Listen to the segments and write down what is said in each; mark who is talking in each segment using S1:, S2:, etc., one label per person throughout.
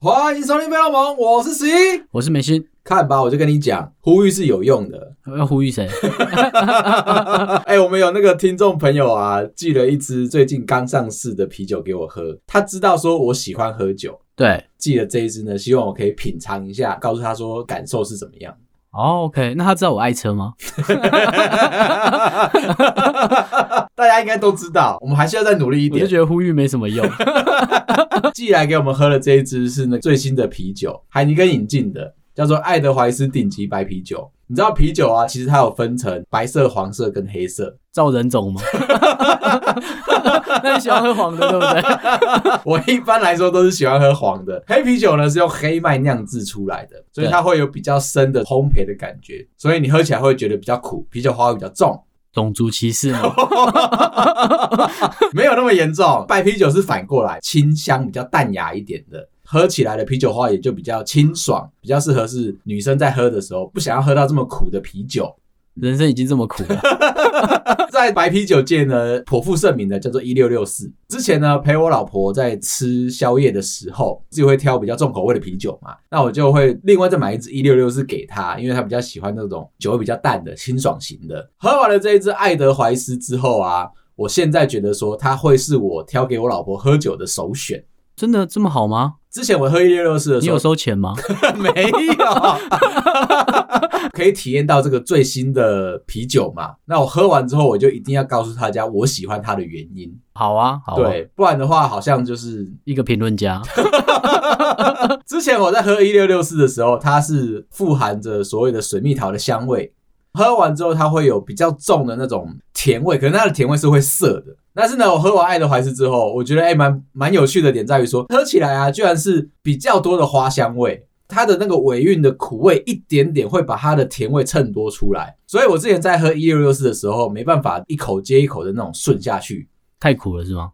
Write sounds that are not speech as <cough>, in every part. S1: 欢迎收听《贝洛蒙》，我是十一。
S2: 我是美心，
S1: 看吧，我就跟你讲，呼吁是有用
S2: <laughs>
S1: 的。
S2: 要呼
S1: <laughs>
S2: 吁谁？
S1: 哎、我们有那个听众朋友啊，寄了一支最近刚上市的啤酒给我喝。他知道说我喜欢喝酒，
S2: 对、
S1: 寄了这一支呢，希望我可以品尝一下，告诉他说感受是怎么样。
S2: 哦 o k 那他知道我爱车吗？
S1: 大家应该都知道，我们还是要再努力一
S2: 我就
S1: 点。
S2: 觉得呼吁没什么用。
S1: 寄来给我们喝的这一支是那最新的啤酒，海尼根引进的，叫做爱德怀斯顶级白啤酒。你知道啤酒啊，其实它有分成白色、黄色跟黑色。 <laughs>
S2: 照人种吗？ <laughs> 那你喜欢喝黄的，对不
S1: <laughs>
S2: 对？
S1: 我一般来说都是喜欢喝黄的，黑啤酒呢是用黑麦酿制出来的，所以它会有比较深的烘焙的感觉，所以你喝起来会觉得比较苦，啤酒花会比较重， <laughs>
S2: 种族歧视吗？
S1: 没有那么严重。白啤酒是反过来，清香比较淡雅一点的，喝起来的啤酒花也就比较清爽，比较适合是女生在喝的时候不想要喝到这么苦的啤酒。
S2: 人生已经这么苦了，
S1: 在白啤酒界呢，颇负盛名的叫做一六六四。之前呢，陪我老婆在吃宵夜的时候，自己会挑比较重口味的啤酒嘛，那我就会另外再买一支一六六四给她，因为她比较喜欢那种酒味比较淡的清爽型的。喝完了这一支爱德怀斯之后啊，我现在觉得说它会是我挑给我老婆喝酒的首选。
S2: 真的这么好吗？
S1: 之前我喝一六六四的
S2: 你
S1: 时
S2: 有
S1: 候，
S2: 收钱吗？ <laughs>
S1: 没有， <laughs> 可以体验到这个最新的啤酒嘛？那我喝完之后，我就一定要告诉大家我喜欢它的原因。
S2: 好啊，好啊，
S1: 对，不然的话好像就是
S2: 一个评论家，
S1: 之前我在喝一六六四的时候，它是富含着所谓的水蜜桃的香味，喝完之后它会有比较重的那种甜味，可能它的甜味是会涩的。但是呢，我喝完爱德怀斯之后，我觉得哎，蛮蛮有趣的点在于说，喝起来啊，居然是比较多的花香味，它的那个尾韵的苦味一点点会把它的甜味衬托出来。所以我之前在喝一六六四的时候，没办法一口接一口的那种顺下去，
S2: 太苦了
S1: <laughs>
S2: 是吗？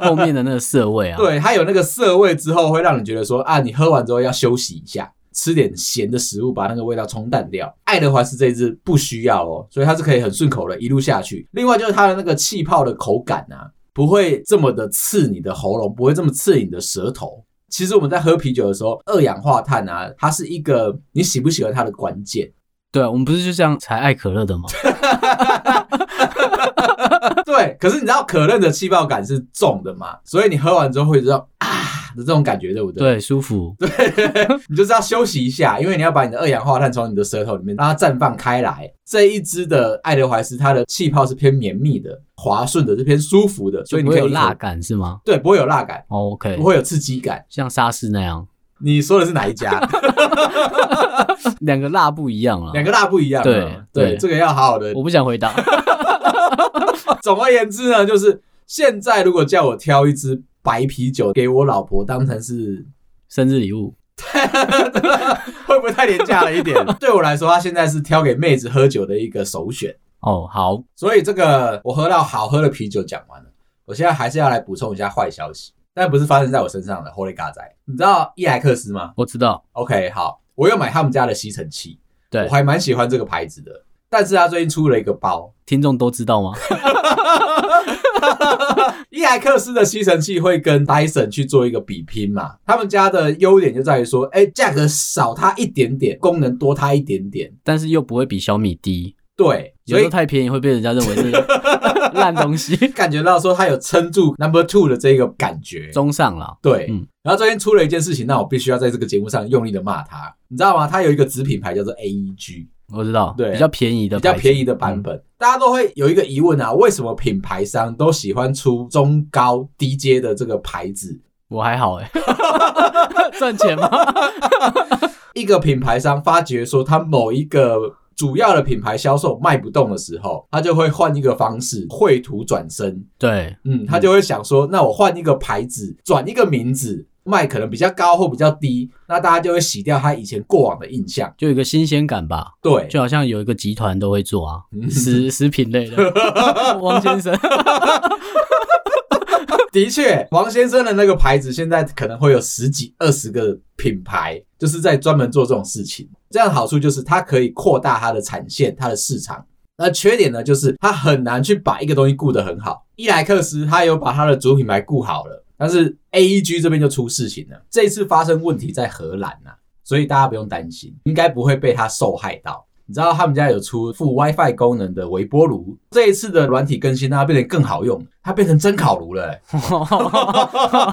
S2: 后面的那个涩味啊，
S1: 对，它有那个涩味之后，会让你觉得说啊，你喝完之后要休息一下，吃点咸的食物，把那个味道冲淡掉。爱德华斯这一支不需要哦，所以它是可以很顺口的一路下去。另外就是它的那个气泡的口感啊，不会这么的刺你的喉咙，不会这么刺你的舌头。其实我们在喝啤酒的时候，二氧化碳啊，它是一个你喜不喜欢它的关键。 <laughs>
S2: 对啊，我们不是就这样才爱可乐的吗？
S1: 对，可是你知道可乐的气泡感是重的嘛，所以你喝完之后会知道啊的这种感觉，对不对？
S2: 对，舒服，
S1: 你就是要休息一下，因为你要把你的二氧化碳从你的舌头里面让它绽放开来。这一支的爱德华斯，它的气泡是偏绵密的、滑顺的，是偏舒服的，所以你
S2: 不
S1: 可以
S2: 会有
S1: 一口
S2: 辣，感是吗、
S1: 对，不会有辣感，
S2: o
S1: 不
S2: OK，
S1: 会有刺激感。
S2: 像沙士那样，
S1: 你说的是哪一
S2: <laughs>
S1: 家？
S2: 两个辣不一样了。
S1: 两个辣不一样啊。
S2: 对
S1: 对，
S2: 对
S1: 这个要好好的
S2: 我不想
S1: <laughs>
S2: 回答。
S1: 总而言之呢，就是现在如果叫我挑一支白啤酒给我老婆当成
S2: <laughs>
S1: 是，
S2: 生日礼物，
S1: 会不会太廉价了一点？对我来说，它现在是挑给妹子喝酒的一个首选。
S2: 哦，好，
S1: 所以这个我喝到好喝的啤酒讲完了，我现在还是要来补充一下坏消息，但不是发生在我身上的。Holy 嘎仔，你知道伊莱克斯吗
S2: 我知道，
S1: ？OK，好，我有买他们家的吸尘器，
S2: 对
S1: 我还蛮喜欢这个牌子的。但是他最近出了一个包，
S2: 听众都知
S1: <laughs>
S2: 道吗？
S1: 伊莱克斯的吸尘器会跟 Dyson 去做一个比拼嘛？他们家的优点就在于说，哎、价格少它一点点，功能多它一点点，
S2: 但是又不会比小米低，
S1: 对，
S2: 有
S1: 所
S2: 时候
S1: 以
S2: 太便宜会被人家认
S1: <laughs>
S2: 为是烂东西，
S1: 感觉到说它有撑住 Number Two 的这个感觉。
S2: 中上啦。
S1: 对，
S2: 嗯
S1: 然后最近出了一件事情，让我必须要在这个节目上用力的骂他，你知道吗？他有一个子品牌叫做 AEG，
S2: 我知道，
S1: 对
S2: 比较便宜的
S1: 比
S2: 牌子，
S1: 较便宜的版本，大家都会有一个疑问啊，为什么品牌商都喜欢出中高低阶的这个牌子？
S2: 我还好
S1: <laughs>
S2: 哎、赚钱吗？
S1: 一个品牌商发觉说他某一个主要的品牌销售卖不动的时候，他就会换一个方式绘图转身，
S2: 对，
S1: 嗯，他就会想说，那我换一个牌子，转一个名字。卖可能比较高或比较低，那大家就会洗掉他以前过往的印象。
S2: 就有一个新鲜感吧，
S1: 对，
S2: 就好像有一个集团都会做
S1: 嗯 <laughs>
S2: 啊，食食品类的，汪先生，
S1: 的确，王先生的那个牌子现在可能会有十几、二十个品牌，就是在专门做这种事情。这样的好处就是它可以扩大它的产线、它的市场。那缺点呢，就是它很难去把一个东西顾得很好。伊莱克斯它有把它的主品牌顾好了，但是 AEG 这边就出事情了。这一次发生问题在荷兰呐、所以大家不用担心，应该不会被它受害到。你知道他们家有出附 WiFi 功能的微波炉，这一次的软体更新，让它变得更好用，它变成蒸烤炉了、欸。
S2: <laughs>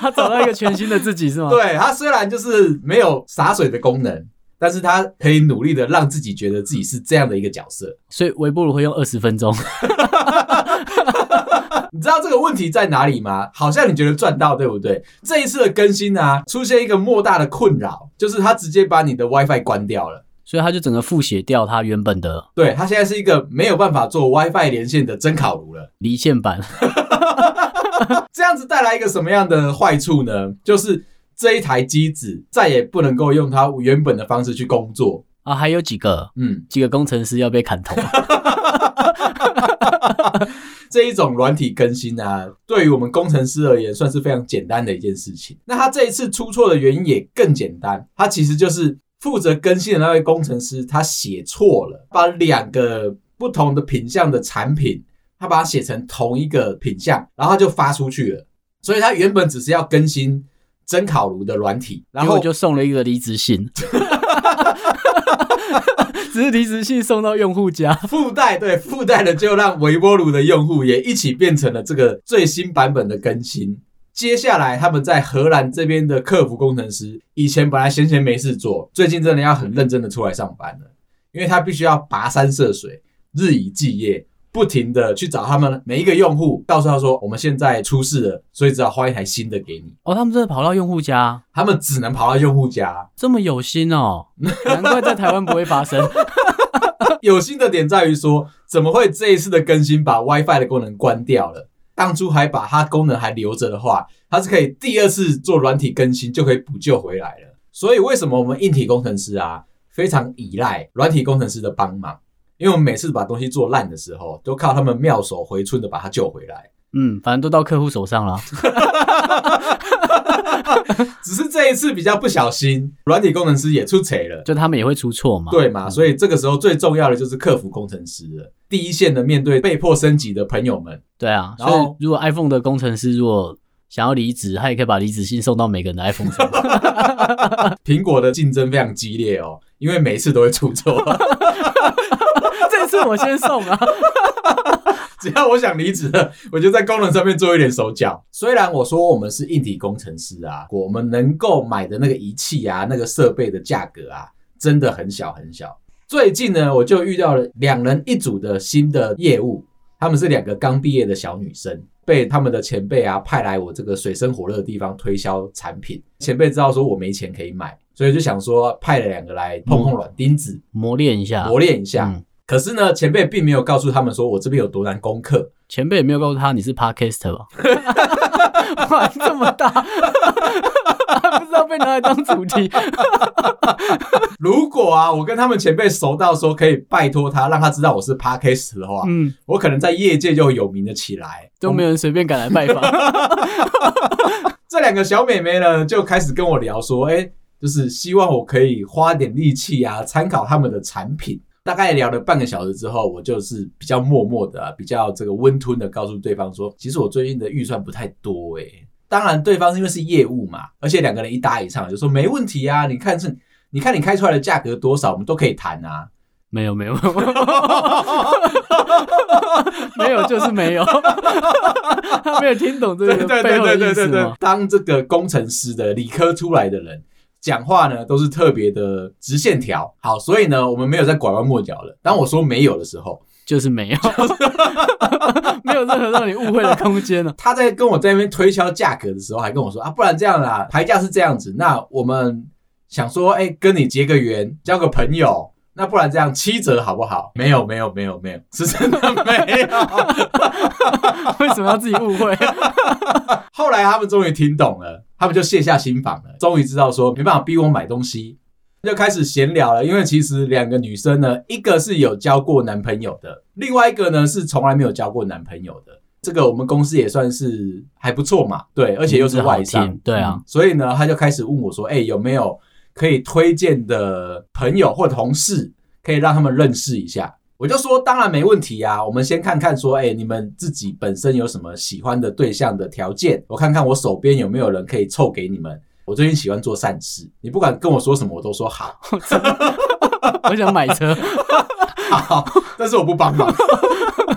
S2: 他找到一个全新的自己 <laughs> 是吗？
S1: 对，它虽然就是没有洒水的功能，但是它可以努力的让自己觉得自己是这样的一个角色。
S2: 所以微波炉会用二十分钟，
S1: 你知道这个问题在哪里吗？好像你觉得赚到，对不对？这一次的更新啊，出现一个莫大的困扰，就是它直接把你的 WiFi 关掉了。
S2: 所以他就整个复写掉他原本的
S1: 对，它现在是一个没有办法做 WiFi 连线的蒸烤炉了。
S2: 离线版。
S1: 这样子带来一个什么样的坏处呢？就是这一台机子再也不能够用它原本的方式去工作。
S2: 啊，还有几个
S1: 嗯，
S2: 几个工程师要被砍头，
S1: <laughs> 这一种软体更新啊，对于我们工程师而言算是非常简单的一件事情。那他这一次出错的原因也更简单，他其实就是负责更新的那位工程师他写错了，把两个不同的品相的产品，他把它写成同一个品相，然后他就发出去了。所以他原本只是要更新蒸烤炉的软体，然
S2: 然
S1: 后
S2: 后我就送了一个离职 <laughs> 信，只是离职信送到用户家。
S1: 附带对附带的就让微波炉的用户也一起变成了这个最新版本的更新。接下来，他们在荷兰这边的客服工程师，以前本来闲闲没事做，最近真的要很认真的出来上班了，因为他必须要跋山涉水，日以继夜，不停的去找他们每一个用户，告诉他说我们现在出事了，所以只好换一台新的给你。
S2: 哦，他们真的跑到用户家，
S1: 他们只能跑到用户家。
S2: 这么有心哦，难怪在台湾不会发生。
S1: 有心的点在于说，怎么会这一次的更新把 WiFi 的功能关掉了？当初还把它功能还留着的话，它是可以第二次做软体更新就可以补救回来了。所以为什么我们硬体工程师啊非常依赖软体工程师的帮忙？因为我们每次把东西做烂的时候，都靠他们妙手回春的把它救回来。
S2: 嗯，反正都到客户手上了。
S1: 只是这一次比较不小心，软体工程师也出贼了。
S2: 就他们也会出错嘛。
S1: 对嘛？所以这个时候最重要的就是客服工程师了，第一线的面对被迫升级的朋友们，
S2: 对啊，
S1: 然后
S2: 所以如果 iPhone 的工程师如果想要离职，他也可以把离职信送到每个人的 iPhone 上。
S1: 苹果的竞争非常激烈哦，因为每次都会出错。
S2: <laughs>
S1: <laughs>
S2: 这次我先送啊，
S1: 只要我想离职了，我就在功能上面做一点手脚。虽然我说我们是硬体工程师啊，我们能够买的那个仪器啊、那个设备的价格啊，真的很小很小。最近呢，我就遇到了两人一组的新的业务，他们是两个刚毕业的小女生，被他们的前辈啊派来我这个水深火热的地方推销产品。前辈知道说我没钱可以买，所以就想说派了两个来碰碰软钉子。
S2: <laughs> 磨练一下。
S1: 磨练一下。
S2: 嗯
S1: 可是呢，前辈并没有告诉他们说我这边有多难攻克，
S2: 前辈也没有告诉他你是 Podcast 吧？玩这么大， <laughs> 还不知道被拿来当主题。
S1: 如果啊，我跟他们前辈熟到说可以拜托他，让他知道我是 podcast 的话，
S2: 嗯，
S1: 我可能在业界就有名了起来。
S2: 都没有人随便敢来拜访。
S1: <laughs> 这两个小美眉呢，就开始跟我聊说，哎、就是希望我可以花点力气啊，参考他们的产品。大概聊了半个小时之后，我就是比较默默的、啊，比较这个温吞的告诉对方说，其实我最近的预算不太多诶、当然，对方因为是业务嘛，而且两个人一搭一唱，就说没问题啊，你看是，你看你开出来的价格多少，我们都可以谈啊。
S2: 没有没有，没有就是没有，他没有听懂这个背后的意思吗？
S1: 当这个工程师的理科出来的人讲话呢，都是特别的直线条。好，所以呢，我们没有在拐弯抹角了。当我说没有的时候，
S2: 就是没有， <laughs> 没有任何让你误会的空间啊呢、
S1: 他在跟我在那边推销价格的时候，还跟我说啊，不然这样啦，牌价是这样子，那我们想说，哎、跟你结个缘，交个朋友。那不然这样七折好不好？没有没有没有没 <laughs> 有，是真的没有。
S2: 为什么要自己误会？ <laughs>
S1: 后来他们终于听懂了，他们就卸下心防了，终于知道说没办法逼我买东西，就开始闲聊了。因为其实两个女生呢，一个是有交过男朋友的，另外一个呢是从来没有交过男朋友的。这个我们公司也算是还不错嘛，对，而且又是外
S2: 好
S1: 商
S2: 听，对啊，
S1: 所以呢，他就开始问我说：“哎、有没有可以推荐的朋友或同事，可以让他们认识一下？”我就说：“当然没问题啊，我们先看看说，哎、你们自己本身有什么喜欢的对象的条件，我看看我手边有没有人可以凑给你们。我最近喜欢做善事，你不管跟我说什么，我都说好，
S2: 我想买车，
S1: 好， <laughs> 但是我不帮忙。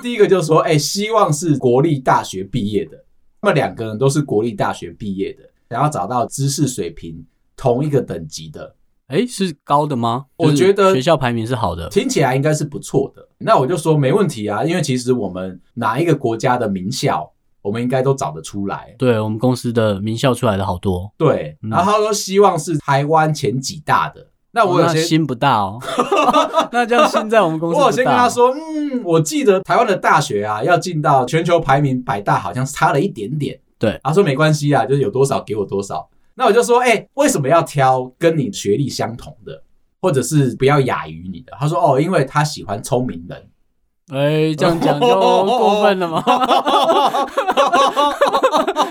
S1: 第一个就说，哎、希望是国立大学毕业的，他们两个人都是国立大学毕业的，想要找到知识水平同一个等级的，
S2: 哎，是高的吗？
S1: 我
S2: 就是
S1: 觉得
S2: 学校排名是好的，
S1: 听起来应该是不错的。那我就说没问题啊，因为其实我们哪一个国家的名校，我们应该都找得出来。
S2: 对我们公司的名校出来的好多，
S1: 对，
S2: 嗯
S1: 然后他说希望是台湾前几大的。那我有
S2: 哦那
S1: 些、
S2: 心不大
S1: <laughs>
S2: 哦，那这样心在我们公司，哦
S1: 我有先跟他，说，嗯，我记得台湾的大学啊，要进到全球排名百大，好像差了一点点。
S2: 对
S1: 他说没关系啊，就是有多少给我多少。那我就说，哎、为什么要挑跟你学历相同的，或者是不要亚于你的？他说，哦，因为他喜欢聪明人。
S2: 哎，这样讲就过分了
S1: <laughs>
S2: 吗？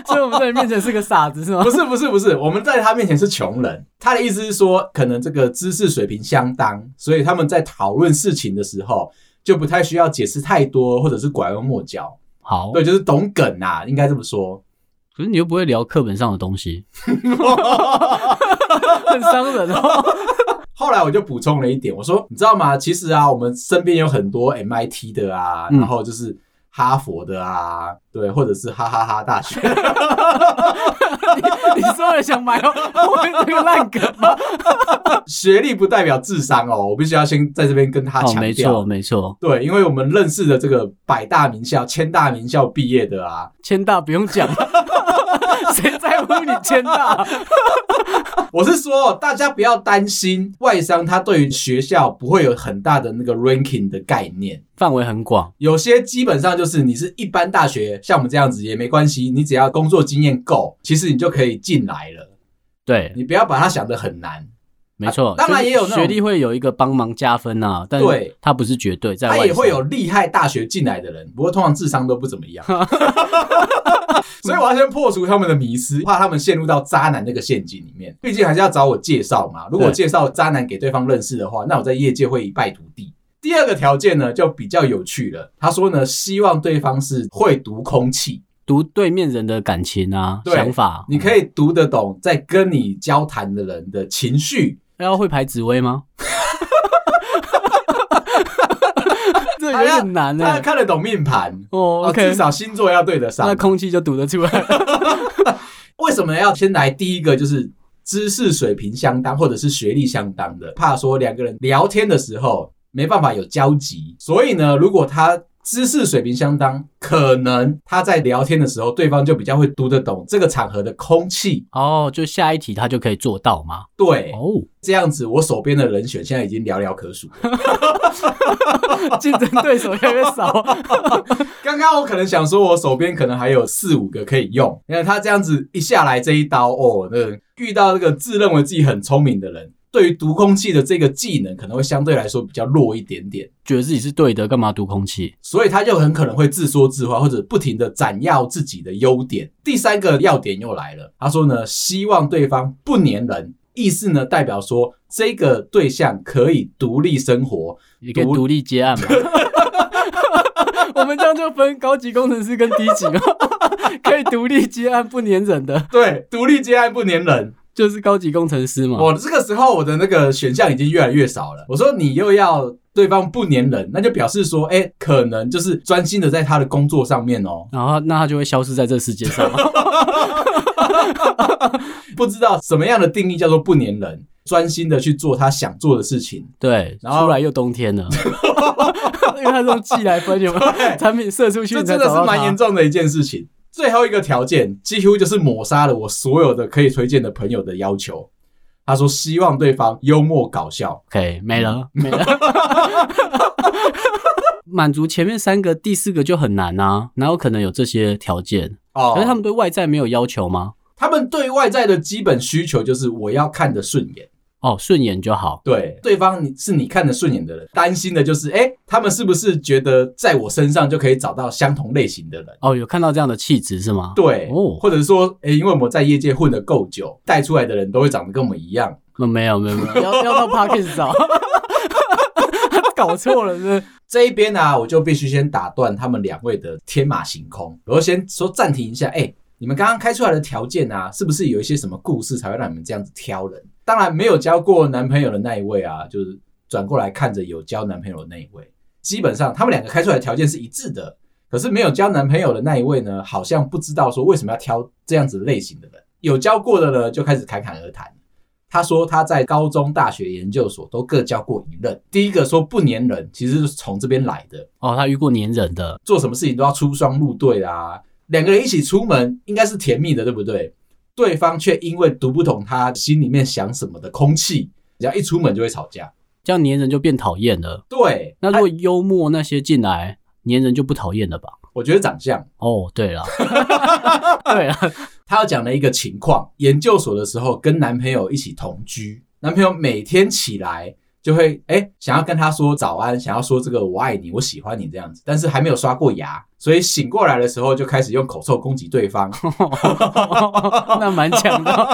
S2: 所以我们在你面前是个傻子是
S1: <laughs>
S2: 吗
S1: 不？是不是不是，我们在他面前是穷人。他的意思是说，可能这个知识水平相当，所以他们在讨论事情的时候，就不太需要解释太多，或者是拐弯抹角。
S2: 好，
S1: 对，就是懂梗啊，应该这么说。
S2: 可是你又不会聊课本上的东西，很伤人哦。
S1: 后来我就补充了一点，我说，你知道吗？其实啊，我们身边有很多 MIT 的啊，
S2: 嗯
S1: 然后就是哈佛的啊，对，或者是哈哈哈大学。 <laughs>
S2: 你说了想买哦，我们这个烂梗吗？
S1: 学历不代表智商哦，我必须要先在这边跟他
S2: 哦，
S1: 强
S2: 没
S1: 调。
S2: 错没错，
S1: 对，因为我们认识的这个百大名校、千大名校毕业的啊，
S2: 千大不用讲，谁在乎你千大？
S1: 我是说哦大家不要担心外商，他对于学校不会有很大的那个 ranking 的概念。
S2: 范围很广，
S1: 有些基本上就是你是一般大学，像我们这样子也没关系，你只要工作经验够，其实你就可以进来了。
S2: 对，
S1: 你不要把它想得很难，
S2: 没错。
S1: 啊当然也有
S2: 就是
S1: 那种
S2: 学历会有一个帮忙加分啊，但
S1: 对
S2: 它不是绝对，在
S1: 他
S2: 外
S1: 也会
S2: 商
S1: 有厉害大学进来的人，不过通常智商都不怎么
S2: <laughs>
S1: 样。 <laughs> 所以我要先破除他们的迷思，怕他们陷入到渣男这个陷阱里面。毕竟还是要找我介绍嘛。如果
S2: 对
S1: 介绍渣男给对方认识的话，那我在业界会一败涂地。第二个条件呢，就比较有趣了。他说呢，希望对方是会读空气，
S2: 读对面人的感情啊、
S1: 对
S2: 想法，
S1: 你可以读得懂在跟你交谈的人的情绪。
S2: 要会排紫薇吗？ <laughs> 这有点难呢、
S1: 哎他看得懂命盘，
S2: 哦
S1: 哦，
S2: 嗯，OK，
S1: 至少星座要对得上。
S2: 那空气就读得出来。 <laughs>
S1: 为什么要先来第一个就是知识水平相当或者是学历相当的？怕说两个人聊天的时候没办法有交集，所以呢，如果他知识水平相当，可能他在聊天的时候，对方就比较会读得懂这个场合的空气。
S2: 哦，就下一题他就可以做到嘛。
S1: 对， <laughs>
S2: 哦，
S1: 这样子我手边的人选现在已经寥寥可数。
S2: 竞争对手越来越少。 <laughs>
S1: 刚刚我可能想说，我手边可能还有四五个可以用，因为他这样子一下来这一刀，哦，那个遇到那个自认为自己很聪明的人，对于读空气的这个技能可能会相对来说比较弱一点点，
S2: 觉得自己是对的，干嘛读空气？
S1: 所以他就很可能会自说自话，或者不停的展耀自己的优点。第三个要点又来了，他说呢，希望对方不粘人，意思呢代表说这个对象可以独立生活，
S2: 也可以
S1: 独
S2: 独立接案嘛。 <laughs> 我们这样就分高级工程师跟低级嘛， <laughs> 可以独立接案不粘人的，
S1: 对，独立接案不粘人。
S2: 就是高级工程师嘛。
S1: 我这个时候我的那个选项已经越来越少了。我说你又要对方不粘人，那就表示说，哎、可能就是专心的在他的工作上面哦，
S2: 然后那他就会消失在这世界上嘛。
S1: <laughs> 不知道什么样的定义叫做不粘人，专心的去做他想做的事情。
S2: 对，
S1: 然后
S2: 出来又冬天
S1: <laughs>
S2: 了，因为他用季来分，有没有
S1: 对
S2: 产品射出去，
S1: 这
S2: 你才
S1: 真的
S2: 找到
S1: 是蛮
S2: 它
S1: 严重的一件事情。最后一个条件几乎就是抹杀了我所有的可以推荐的朋友的要求。他说希望对方幽默搞笑，
S2: OK，没了，没了。 <laughs> 满足前面三个，第四个就很难啊，哪有可能有这些条件？
S1: 哦
S2: 可是他们对外在没有要求吗？
S1: 他们对外在的基本需求就是我要看得顺眼。
S2: 哦，顺眼就好。
S1: 对，对方你是你看得顺眼的人，担心的就是，哎，他们是不是觉得在我身上就可以找到相同类型的人？
S2: 哦，有看到这样的气质是吗？
S1: 对，
S2: 哦
S1: 或者说，哎，因为我们在业界混得够久，带出来的人都会长得跟我们一样。
S2: 嗯没有没有没
S1: <laughs>
S2: 有，要要到 Parkes 找， <laughs> 搞错了是不是？
S1: 这一边呢、我就必须先打断他们两位的天马行空，我就先说暂停一下，哎、你们刚刚开出来的条件啊，是不是有一些什么故事才会让你们这样子挑人？当然，没有交过男朋友的那一位啊，就是转过来看着有交男朋友的那一位，基本上他们两个开出来的条件是一致的，可是没有交男朋友的那一位呢，好像不知道说为什么要挑这样子类型的人，有交过的呢，就开始侃侃而谈。他说他在高中、大学、研究所都各教过一任。第一个说不粘人，其实就是从这边来的，
S2: 哦，他遇过粘人的，
S1: 做什么事情都要出双入对啊。两个人一起出门应该是甜蜜的，对不对？对方却因为读不懂他心里面想什么的空气，只要一出门就会吵架。
S2: 这样粘人就变讨厌了。
S1: 对，
S2: 那如
S1: 他
S2: 果幽默那些进来，粘人就不讨厌了吧？
S1: 我觉得长相，
S2: 哦，对
S1: <laughs>
S2: 了，对了，
S1: 他要讲的一个情况，研究所的时候跟男朋友一起同居，男朋友每天起来就会哎、诶想要跟他说早安，想要说这个我爱你，我喜欢你这样子，但是还没有刷过牙，所以醒过来的时候就开始用口臭攻击对方。 <laughs>
S2: 那蛮强的。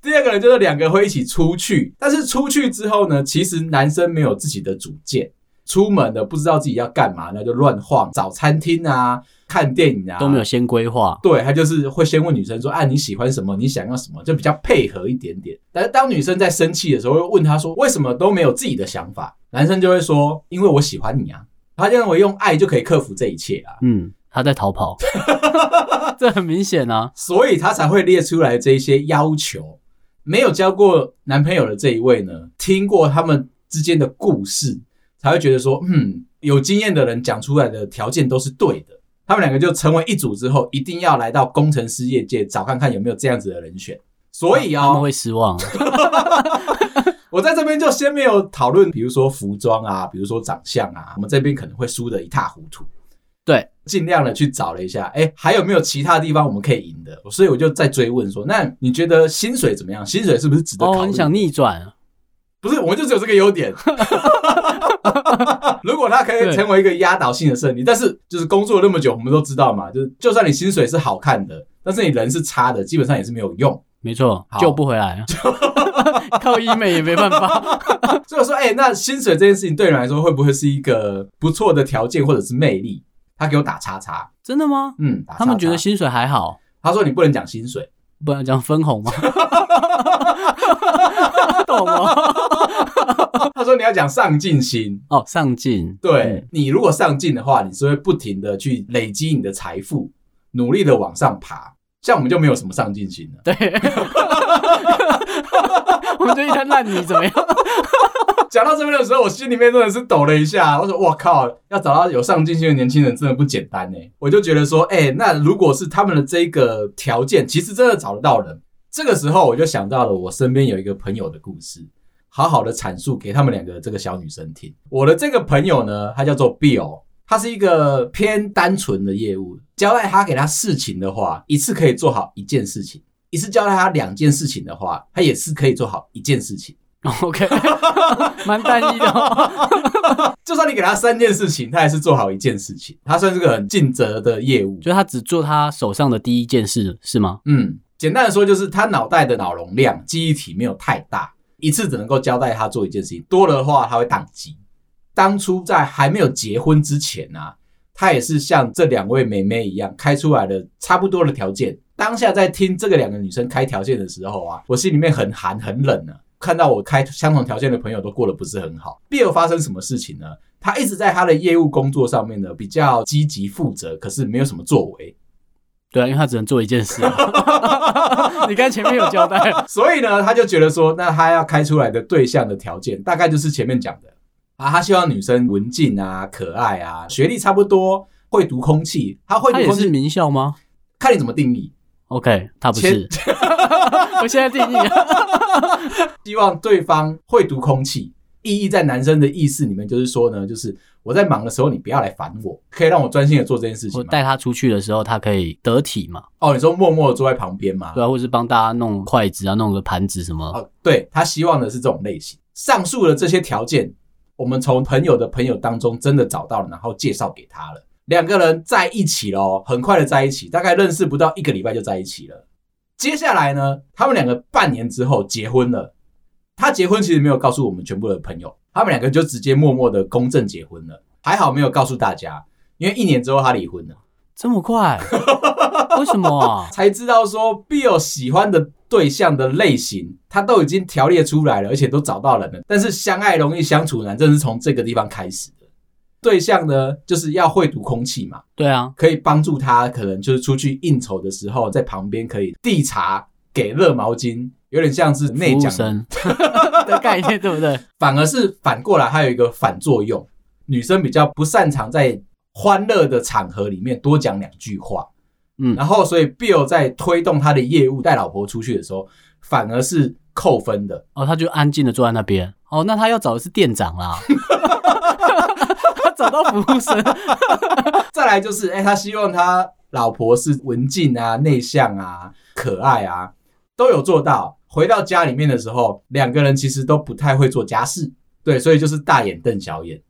S1: 第二个人就是两个会一起出去，但是出去之后呢，其实男生没有自己的主见。出门了不知道自己要干嘛，那就乱晃，找餐厅啊，看电影啊，
S2: 都没有先规划，
S1: 对他就是会先问女生说：“啊，你喜欢什么？你想要什么？”就比较配合一点点。但是当女生在生气的时候，会问他说：“为什么都没有自己的想法？”男生就会说：“因为我喜欢你啊。”他就认为用爱就可以克服这一切啊，
S2: 嗯，他在
S1: <laughs>
S2: 逃跑，这很明显啊。
S1: 所以他才会列出来这一些要求。没有交过男朋友的这一位呢，听过他们之间的故事，才会觉得说：“嗯，有经验的人讲出来的条件都是对的。”他们两个就成为一组之后，一定要来到工程师业界找看看有没有这样子的人选。所以啊、
S2: 他们会失望啊。
S1: 我在这边就先没有讨论，比如说服装啊，比如说长相啊，我们这边可能会输得一塌糊涂。
S2: 对，
S1: 尽量的去找了一下，哎、还有没有其他地方我们可以赢的？所以我就再追问说，那你觉得薪水怎么样？薪水是不是值得考虑？
S2: 哦，你想逆转？
S1: 不是，我们就只有这个优
S2: <laughs>
S1: 点。如果他可以
S2: 对
S1: 成为一个压倒性的胜利，但是就是工作那么久，我们都知道嘛，就是就算你薪水是好看的，但是你人是差的，基本上也是没有用。
S2: 没错
S1: 好，
S2: 救不
S1: <laughs>
S2: 回来，靠医美也没办法。
S1: 所以我说，哎、那薪水这件事情对你来说会不会是一个不错的条件或者是魅力？他给我打叉叉，
S2: 真的吗？
S1: 嗯，打叉叉
S2: 他们觉得薪水还好，
S1: 他说你不能讲薪水，
S2: 不然讲分红吗？ <laughs> 懂吗？
S1: 他说你要讲上进心。
S2: 哦，上嗯进，
S1: 对、你如果上进的话，你是会不停的去累积你的财富，努力的往上爬。像我们就没有什么上进心了。
S2: 对， <laughs> 我们就一滩烂泥，怎么样？
S1: 讲到这边的时候，我心里面真的是抖了一下。我说：“我靠，要找到有上进心的年轻人真的不简单呢。”我就觉得说：“哎、那如果是他们的这个条件，其实真的找得到人。”这个时候，我就想到了我身边有一个朋友的故事，好好的阐述给他们两个这个小女生听。我的这个朋友呢，他叫做 Bill，他是一个偏单纯的业务，交代他给他事情的话，一次可以做好一件事情；一次交代他两件事情的话，他也是可以做好一件事情。
S2: OK，蛮单一的哦、
S1: 就算你给他三件事情，他还是做好一件事情。他算是个很尽责的业务。
S2: 就他只做他手上的第一件事，是吗？
S1: 嗯，简单的说，就是他脑袋的脑容量、记忆体没有太大，一次只能够交代他做一件事情，多了的话他会宕机。当初在还没有结婚之前啊，他也是像这两位妹妹一样开出来的差不多的条件。当下在听这个两个女生开条件的时候啊， <laughs> 我心里面很寒很冷啊。看到我开相同条件的朋友都过得不是很好，必有发生什么事情呢？他一直在他的业务工作上面呢比较积极负责，可是没有什么作为。
S2: 对啊，因为他只能做一件事、 <laughs> 啊。你刚才前面有交代，
S1: <laughs> 所以呢，他就觉得说，那他要开出来的对象的条件，大概就是前面讲的啊，他希望女生文静啊、可爱啊，学历差不多，会读空气，他会
S2: 他
S1: 读
S2: 也
S1: 空
S2: 是
S1: 气，
S2: 名校吗
S1: 看你怎么定义。
S2: ？OK，他不是。 <laughs> 我现在定 <laughs> 义、
S1: 希望对方会读空气，意义在男生的意思里面就是说呢，就是我在忙的时候你不要来烦我，可以让我专心的做这件事
S2: 我
S1: 情吗？
S2: 带他出去的时候，他可以得体嘛，
S1: 哦，你说默默的坐在旁边吗？
S2: 对啊，或是帮大家弄筷子啊，弄个盘子什么，
S1: 哦，对他希望的是这种类型。上述的这些条件，我们从朋友的朋友当中真的找到了，然后介绍给他了。两个人在一起了哦，很快的在一起，大概认识不到一个礼拜就在一起了。接下来呢，他们两个半年之后结婚了。他结婚其实没有告诉我们全部的朋友，他们两个就直接默默的公证结婚了。还好没有告诉大家，因为一年之后他离婚了。
S2: 这么 <laughs> 快？为什么啊？
S1: 才知道说 Bill 喜欢的对象的类型，他都已经条列出来了，而且都找到人了。但是相爱容易相处难，正是从这个地方开始的。对象呢，就是要会读空气嘛，
S2: 对啊，
S1: 可以帮助他，可能就是出去应酬的时候，在旁边可以递茶、给热毛巾，有点像是内
S2: 服务
S1: 讲
S2: 生 <laughs> 的概念对不对？
S1: 反而是反过来，它有一个反作用。女生比较不擅长在欢乐的场合里面多讲两句话，
S2: 嗯
S1: 然后所以 Bill 在推动他的业务带老婆出去的时候，反而是扣分的。
S2: 哦，他就安静的坐在那边。哦，那他要找的是店长 <laughs> 啦，他找到服务生。
S1: <laughs> 再来就是，哎、他希望他老婆是文静啊、内向啊、可爱啊，都有做到。回到家里面的时候，两个人其实都不太会做家事，对，所以就是大眼瞪小眼，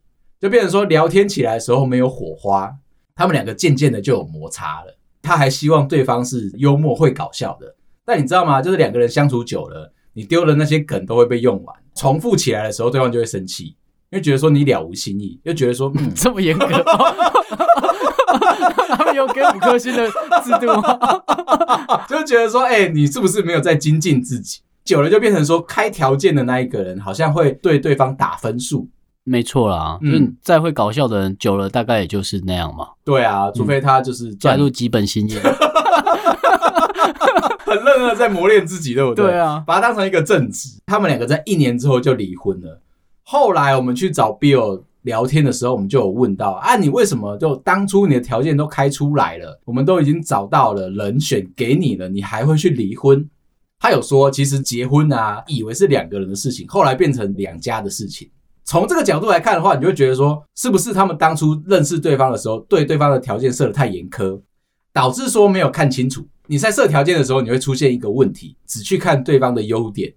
S1: 就变成说聊天起来的时候没有火花，他们两个渐渐的就有摩擦了。他还希望对方是幽默会搞笑的，但你知道吗？就是两个人相处久了，你丢的那些梗都会被用完，重复起来的时候，对方就会生气，因为觉得说你了无新意，又觉得说，嗯，
S2: 这么严 <laughs> 格？他们有给五颗星的制度吗？
S1: 就觉得说，哎、你是不是没有在精进自己？久了就变成说，开条件的那一个人好像会对对方打分数。
S2: 没错啦，
S1: 嗯
S2: 嗯，再会搞笑的人，久了大概也就是那样嘛，
S1: 对啊，除非他就是
S2: 加
S1: 赚、
S2: 入基本心眼。
S1: 很认真的在磨练自己，对不对？
S2: 对啊，
S1: 把它当成一个正职。他们两个在一年之后就离婚了。后来我们去找 Bill 聊天的时候，我们就有问到啊，你为什么就当初你的条件都开出来了，我们都已经找到了人选给你了，你还会去离婚？他有说，其实结婚啊，以为是两个人的事情，后来变成两家的事情。从这个角度来看的话，你就会觉得说，是不是他们当初认识对方的时候，对对方的条件设得太严苛，导致说没有看清楚。你在设条件的时候，你会出现一个问题，只去看对方的优点，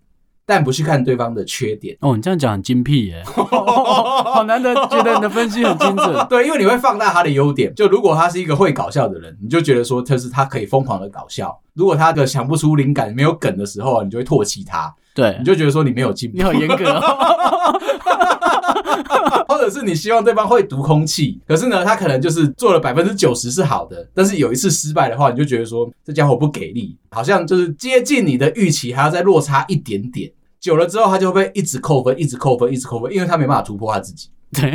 S1: 但不去看对方的缺点。
S2: 哦，你这样讲很精辟耶， <laughs> 好难得觉得你的分析很精准。
S1: <laughs> 对，因为你会放大他的优点。就如果他是一个会搞笑的人，你就觉得说，就是他可以疯狂的搞笑；如果他的想不出灵感、没有梗的时候，啊你就会唾弃他，
S2: 对
S1: 你，就觉得说你没有进步
S2: 你。好严格哦。
S1: 或者是你希望对方会读空气，可是呢，他可能就是做了百分之九十是好的，但是有一次失败的话，你就觉得说这家伙不给力，好像就是接近你的预期，还要再落差一点点。久了之后，他就会一直扣分，一直扣分，一直扣分，因为他没办法突破他自己。
S2: 对，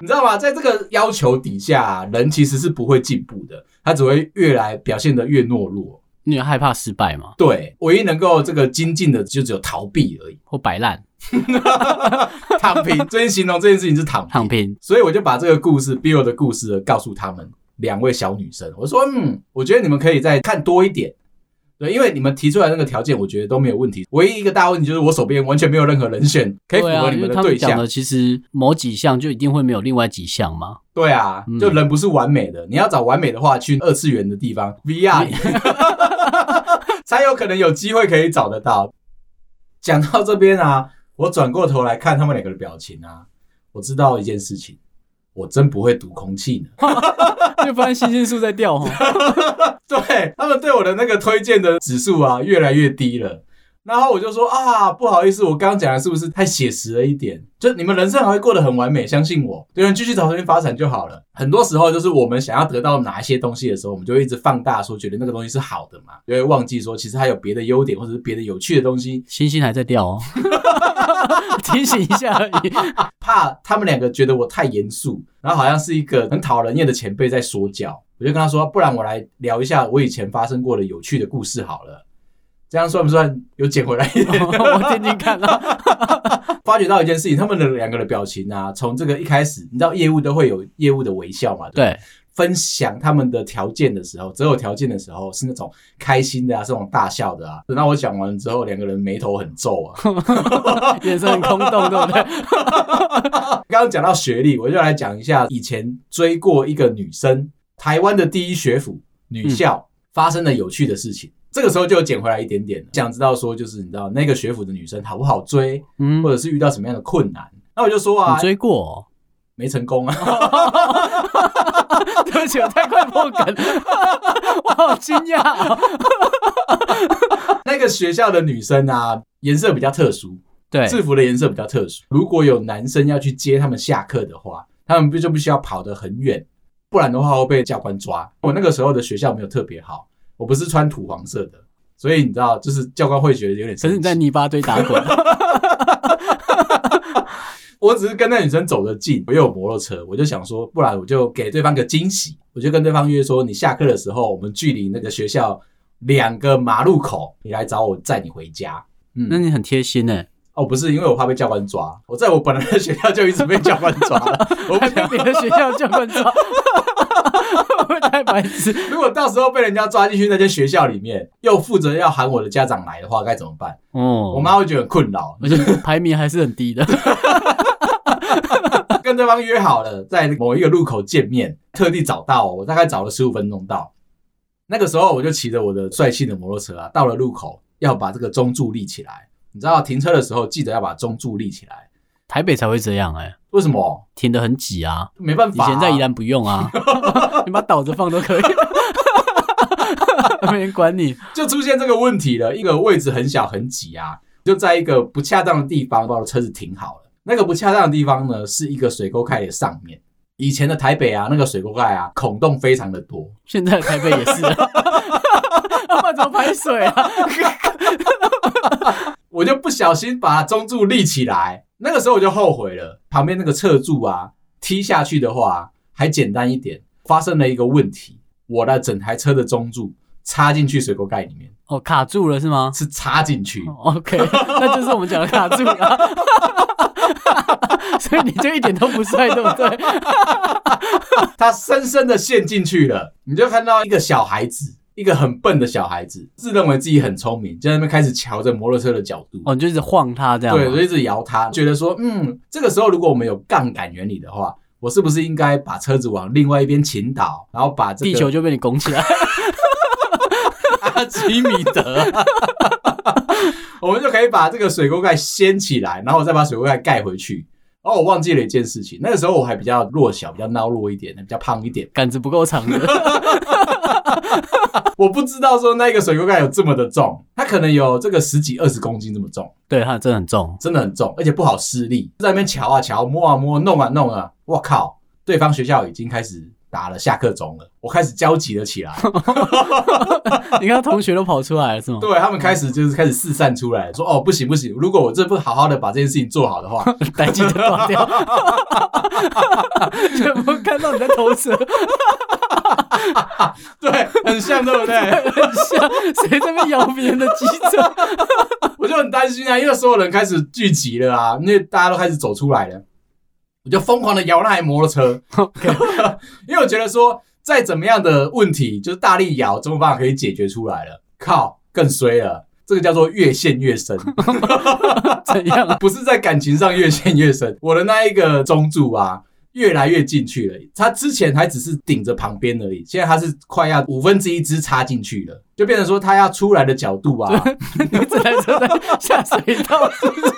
S1: 你知道吗？在这个要求底下、人其实是不会进步的，他只会越来表现得越懦弱。
S2: 你也害怕失败嘛，
S1: 对，唯一能够这个精进的就只有逃避 <laughs> 而已，
S2: 或摆烂、
S1: 躺 <laughs> 平。最近形容这件事情是躺平。
S2: 躺平。
S1: 所以我就把这个故事 Bill 的故事告诉他们两位小女生。我说，嗯，我觉得你们可以再看多一点，对，因为你们提出来那个条件，我觉得都没有问题。唯一一个大问题就是我手边完全没有任何人选可以符
S2: 对啊，
S1: 合你
S2: 因为
S1: 们
S2: 他
S1: 的
S2: 们
S1: 对
S2: 讲
S1: 象。
S2: 的其实某几项就一定会没有另外几项嘛。
S1: 对啊
S2: 嗯，
S1: 就人不是完美的，你要找完美的话，去二次元的地方 <laughs> VR 里面才有可能有机会可以找得到。讲到这边啊，我转过头来看他们两个的表情啊，我知道一件事情，我真不会读空气呢。
S2: 就发现星星数在掉哦。
S1: <laughs> 对他们对我的那个推荐的指数啊，越来越低了。然后我就说啊，不好意思，我刚刚讲的是不是太写实了一点？就你们人生还会过得很完美，相信我，对人继续朝这边发展就好了。很多时候就是我们想要得到哪一些东西的时候，我们就会一直放大说，觉得那个东西是好的嘛，就会忘记说其实还有别的优点或者是别的有趣的东西。
S2: 星星还在掉哦， <laughs> 提醒一下而已。 <laughs>
S1: 怕他们两个觉得我太严肃，然后好像是一个很讨人厌的前辈在说教，我就跟他说，啊不然我来聊一下我以前发生过的有趣的故事好了。这样算不算有捡回来一点？
S2: 我听听看啊啦。
S1: 发觉到一件事情，他们的两个的表情啊，从这个一开始，你知道业务都会有业务的微笑嘛？对不对
S2: 对，
S1: 分享他们的条件的时候，择偶条件的时候是那种开心的啊，是那种大笑的啊。等到我讲完之后，两个人眉头很皱啊。
S2: 眼神很空洞，对不对？
S1: 刚刚讲到学历，我就来讲一下以前追过一个女生，台湾的第一学府女校、发生的有趣的事情。这个时候就捡回来一点点了，想知道说就是你知道那个学府的女生好不好追，
S2: 嗯，
S1: 或者是遇到什么样的困难。那我就说啊
S2: 你，嗯追过、
S1: 没成功啊。 <laughs>
S2: 哦？对不起，我太快破梗，我好惊讶、哦。
S1: 那个学校的女生啊，颜色比较特殊，
S2: 对，
S1: 制服的颜色比较特殊。如果有男生要去接他们下课的话，他们必就必须要跑得很远，不然的话会被教官抓。我那个时候的学校没有特别好，我不是穿土黄色的，所以你知道，就是教官会觉得有点
S2: 可
S1: 生
S2: 是
S1: 气。
S2: 你在泥巴堆打 <laughs> 滚，
S1: 我只是跟那女生走得近，我又有摩托车，我就想说，不然我就给对方个惊喜，我就跟对方约说，你下课的时候，我们距离那个学校两个马路口，你来找我载你回家。嗯
S2: 那你很贴心呢，
S1: 哦，不是，因为我怕被教官抓。我在我本来的学校就一直被教官抓了。我不
S2: 还被
S1: 想，
S2: 别的学校教官抓， <laughs> 会不会太白痴？
S1: 如果到时候被人家抓进去那间学校里面，又负责要喊我的家长来的话，该怎么办？
S2: 哦，
S1: 我妈会觉得很困扰。
S2: 而且排名还是很低的。
S1: 跟对方约好了，在某一个路口见面，特地早到、哦，我大概早了十五分钟到。那个时候我就骑着我的帅气的摩托车啊，到了路口，要把这个中柱立起来。你知道停车的时候记得要把中柱立起来，
S2: 台北才会这样哎、
S1: 为什么？
S2: 停得很挤啊。
S1: 没办
S2: 以
S1: 法啊、
S2: 前在宜兰不用啊，你把倒着放都可以， <laughs> 没人管你。
S1: 就出现这个问题了，一个位置很小很挤啊，就在一个不恰当的地方把我的车子停好了。那个不恰当的地方呢，是一个水沟盖的上面。以前的台北啊，那个水沟盖啊，孔洞非常的多，
S2: 现在台北也是、啊，他们怎么排水啊？
S1: 我就不小心把中柱立起来。那个时候我就后悔了，旁边那个侧柱啊，踢下去的话还简单一点。发生了一个问题，我的整台车的中柱插进去水沟盖里面，
S2: 哦，卡住了是吗
S1: 是插进去。
S2: 哦？OK，那就是我们讲的卡住了。 <laughs> 所以你就一点都不帅，对不对？
S1: 他深深的陷进去了。你就看到一个小孩子，一个很笨的小孩子，自认为自己很聪明，就在那边开始瞧着摩托车的角度，
S2: 哦，你就一直晃他这样吗。
S1: 对，就一直摇它，觉得说，嗯，这个时候如果我们有杠杆原理的话，我是不是应该把车子往另外一边倾倒，然后把这个 <laughs>
S2: 地球就被你拱起来。 <laughs>
S1: 阿基米德、 <laughs> 我们就可以把这个水沟盖掀起来，然后我再把水沟盖盖回去。哦，我忘记了一件事情，那个时候我还比较弱小，比较孬弱一点，比较胖一点。
S2: 杆子不够长的，
S1: 我不知道说那个水沟盖有这么的重，它可能有这个十几二十公斤这么重，
S2: 对，它真的很重。
S1: 真的很重，而且不好施力，在那边瞧啊瞧，摸啊摸，弄啊弄啊，我靠！对方学校已经开始打了下课钟了，我开始焦急了起来，
S2: 你看同学都跑出来了是吗？
S1: 对他们开始就是开始四散出来，说哦不行不行，如果我这不好好的把这件事情做好的话，
S2: <laughs> 逮鸡就断掉，全部看到你在投射，
S1: 对，很像对不对？
S2: 很像谁在那边摇别人的鸡爪？
S1: 我就很担心啊，因为所有人开始聚集了啊，因为大家都开始走出来了，我就疯狂的摇那台摩托车
S2: OK
S1: 因为我觉得说再怎么样的问题，就是大力摇，总有办法可以解决出来了。靠，更衰了，这个叫做越陷越深， <laughs>
S2: 怎样啊？
S1: 不是在感情上越陷越深。我的那一个中柱啊。越来越进去了，他之前还只是顶着旁边而已，现在他是快要五分之一只插进去了，就变成说他要出来的角度啊，
S2: 你这台车在下水道是不是？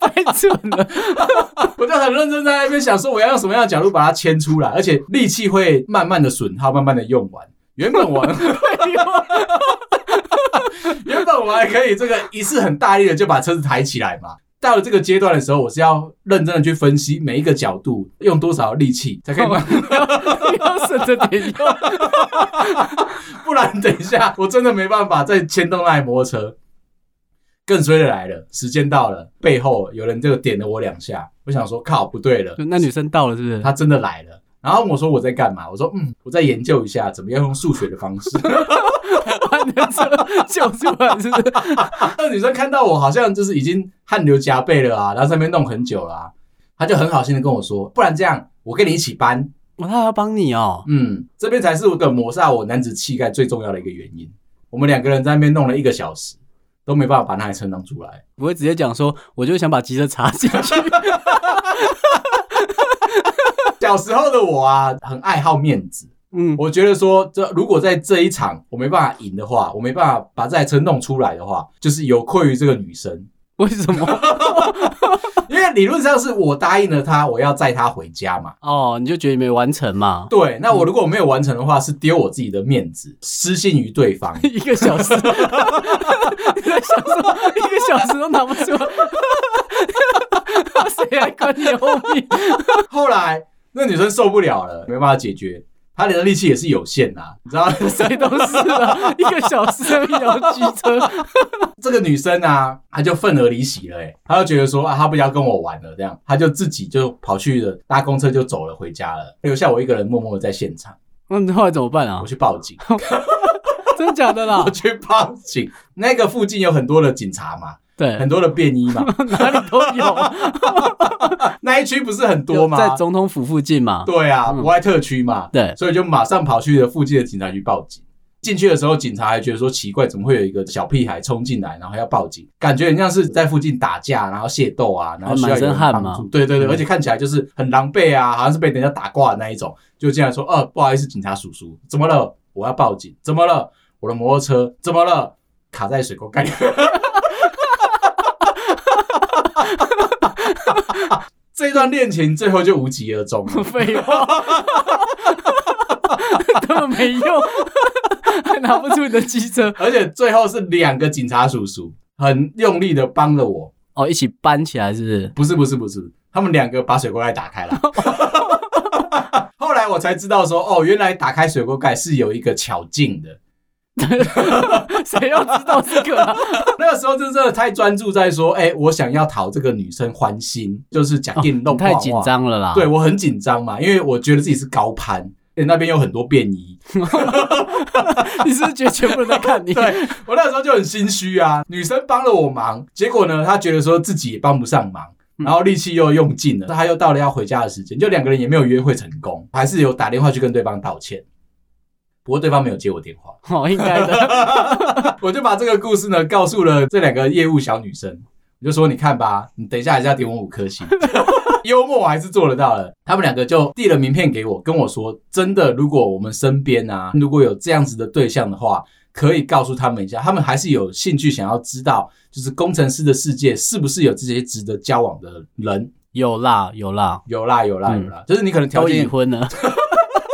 S2: 太蠢了！
S1: <laughs> 我就很认真在那边想说，我要用什么样的角度把它牵出来，而且力气会慢慢的损耗，慢慢的用完。原本我 <laughs> 原本我还可以这个一次很大力的就把车子抬起来嘛。到了这个阶段的时候，我是要认真的去分析每一个角度用多少力气才可以慢，
S2: 不要省着点用。
S1: <laughs> 不然等一下我真的没办法再牵动那台摩托车。更衰的来了，时间到了，背后有人就点了我两下，我想说靠，不对了，
S2: 就那女生到了是不是？
S1: 他真的来了。然后我说我在干嘛？我说嗯，我在研究一下怎么样用数学的方式。 <laughs>
S2: 把你的车救出来是不是？
S1: 那女生看到我好像就是已经汗流浃背了啊，然后在那边弄很久了、啊，她就很好心的跟我说，不然这样，我跟你一起搬，
S2: 我他还要帮你哦，
S3: 嗯，
S1: 这边才是我的抹煞我男子气概最重要的一个原因。我们两个人在那边弄了一个小时，都没办法把那台车弄出来。
S2: 不会直接讲说，我就想把机车插进 <laughs> 去。
S1: 小时候的我啊，很爱好面子。
S2: 嗯，
S1: 我觉得说，这如果在这一场我没办法赢的话，我没办法把这台车弄出来的话，就是有愧于这个女生。
S2: 为什么？
S1: 因为理论上是我答应了她，我要载她回家嘛。
S2: 哦，你就觉得你没完成嘛？。
S1: 对，那我如果没有完成的话，是丢我自己的面子，失信于对方
S2: <laughs> 一个小时，你在想说一个小时都拿不出 <laughs> 来，谁还管你后面？
S1: 后来那女生受不了了，没办法解决，她连的力气也是有限呐、你知道，
S2: 谁都是啊，一个小时而已要机车，
S1: <laughs>
S2: <laughs>
S1: 这个女生啊，她就愤而离席了、欸，她就觉得说啊，她不要跟我玩了，这样，她就自己就跑去了搭公车就走了回家了，留下我一个人默默的在现场，
S2: 那你后来怎么办啊
S1: 我？去报警。
S2: 真的假的啦
S1: 我？去报警。那个附近有很多的警察嘛，
S2: 对
S1: 很，多的便衣嘛，
S2: 哪里都有啊，
S1: 那一区不是很多吗？
S2: 在总统府附近嘛。
S1: 对啊，
S2: 嗯
S1: 博爱特区嘛，
S2: 对
S1: 所以就马上跑去了附近的警察局报警。进去的时候，警察还觉得说奇怪，怎么会有一个小屁孩冲进来，然后要报警，感觉很像是在附近打架，然后械斗啊，然后需要有
S2: 满身
S1: 人
S2: 汗
S1: 帮
S2: 嘛
S1: 助。对对对，
S2: 嗯
S1: 而且看起来就是很狼狈啊，好像是被人家打挂的那一种，就进来说，呃，不好意思，警察叔叔，怎么了？我要报警，怎么了？我的摩托车怎么了？卡在水
S2: <laughs>
S1: 沟盖。这段恋情最后就无疾而终了。
S2: 废话， <laughs> 根本没用，还拿不出你的机车
S1: 而且最后是两个警察叔叔很用力的帮了我，
S2: 哦，一起搬起来是不是？
S1: 不是不是不是，他们两个把水锅盖打开了。 <laughs> 后来我才知道说，哦，原来打开水锅盖是有一个巧劲的。 <laughs>
S2: 谁要知道这个啊？
S1: 那个时候就真的太专注在说，哎、我想要讨这个女生欢心，就是假定弄
S2: 哦你太
S1: 话
S2: 紧张了啦。
S1: 对，我很紧张嘛，因为我觉得自己是高攀，而且那边有很多便衣，
S2: 你是不是觉得全部人在看
S1: <laughs>
S2: 你？
S1: 对我那时候就很心虚啊，女生帮了我忙，结果呢，她觉得说自己也帮不上忙。然后力气又用尽了，她又到了要回家的时间，就两个人也没有约会成功，还是有打电话去跟对方道歉。不过对方没有接我电话，
S2: <laughs> 哦，应该的。
S1: 我就把这个故事呢告诉了这两个业务小女生，我就说你看吧，你等一下还是要点我五颗星， <laughs> 幽默我还是做得到的。他们两个就递了名片给我，跟我说真的，如果我们身边啊如果有这样子的对象的话，可以告诉他们一下，他们还是有兴趣想要知道，就是工程师的世界是不是有这些值得交往的人。
S2: 有啦，有啦，
S1: 有啦有啦
S2: 嗯
S1: 有啦，就是你可能条
S2: 都已
S1: 件，
S2: 婚了，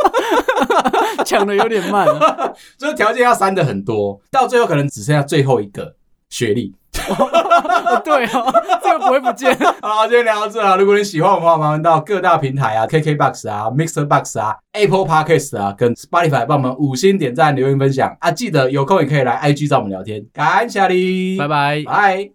S2: <laughs> 抢的有点慢了。
S1: 就是条件要删的很多，到最后可能只剩下最后一个学历。
S2: 哦对哦，这个不会不见。
S1: 好，今天聊到这啊！如果你喜欢我们的话，麻烦到各大平台啊，KKBox 啊，Mixer Box 啊，Apple Podcast 啊，跟 Spotify 帮我们五星点赞、留言、分享啊！记得有空也可以来 IG 找我们聊天，感谢你，
S2: 拜拜。
S1: 拜。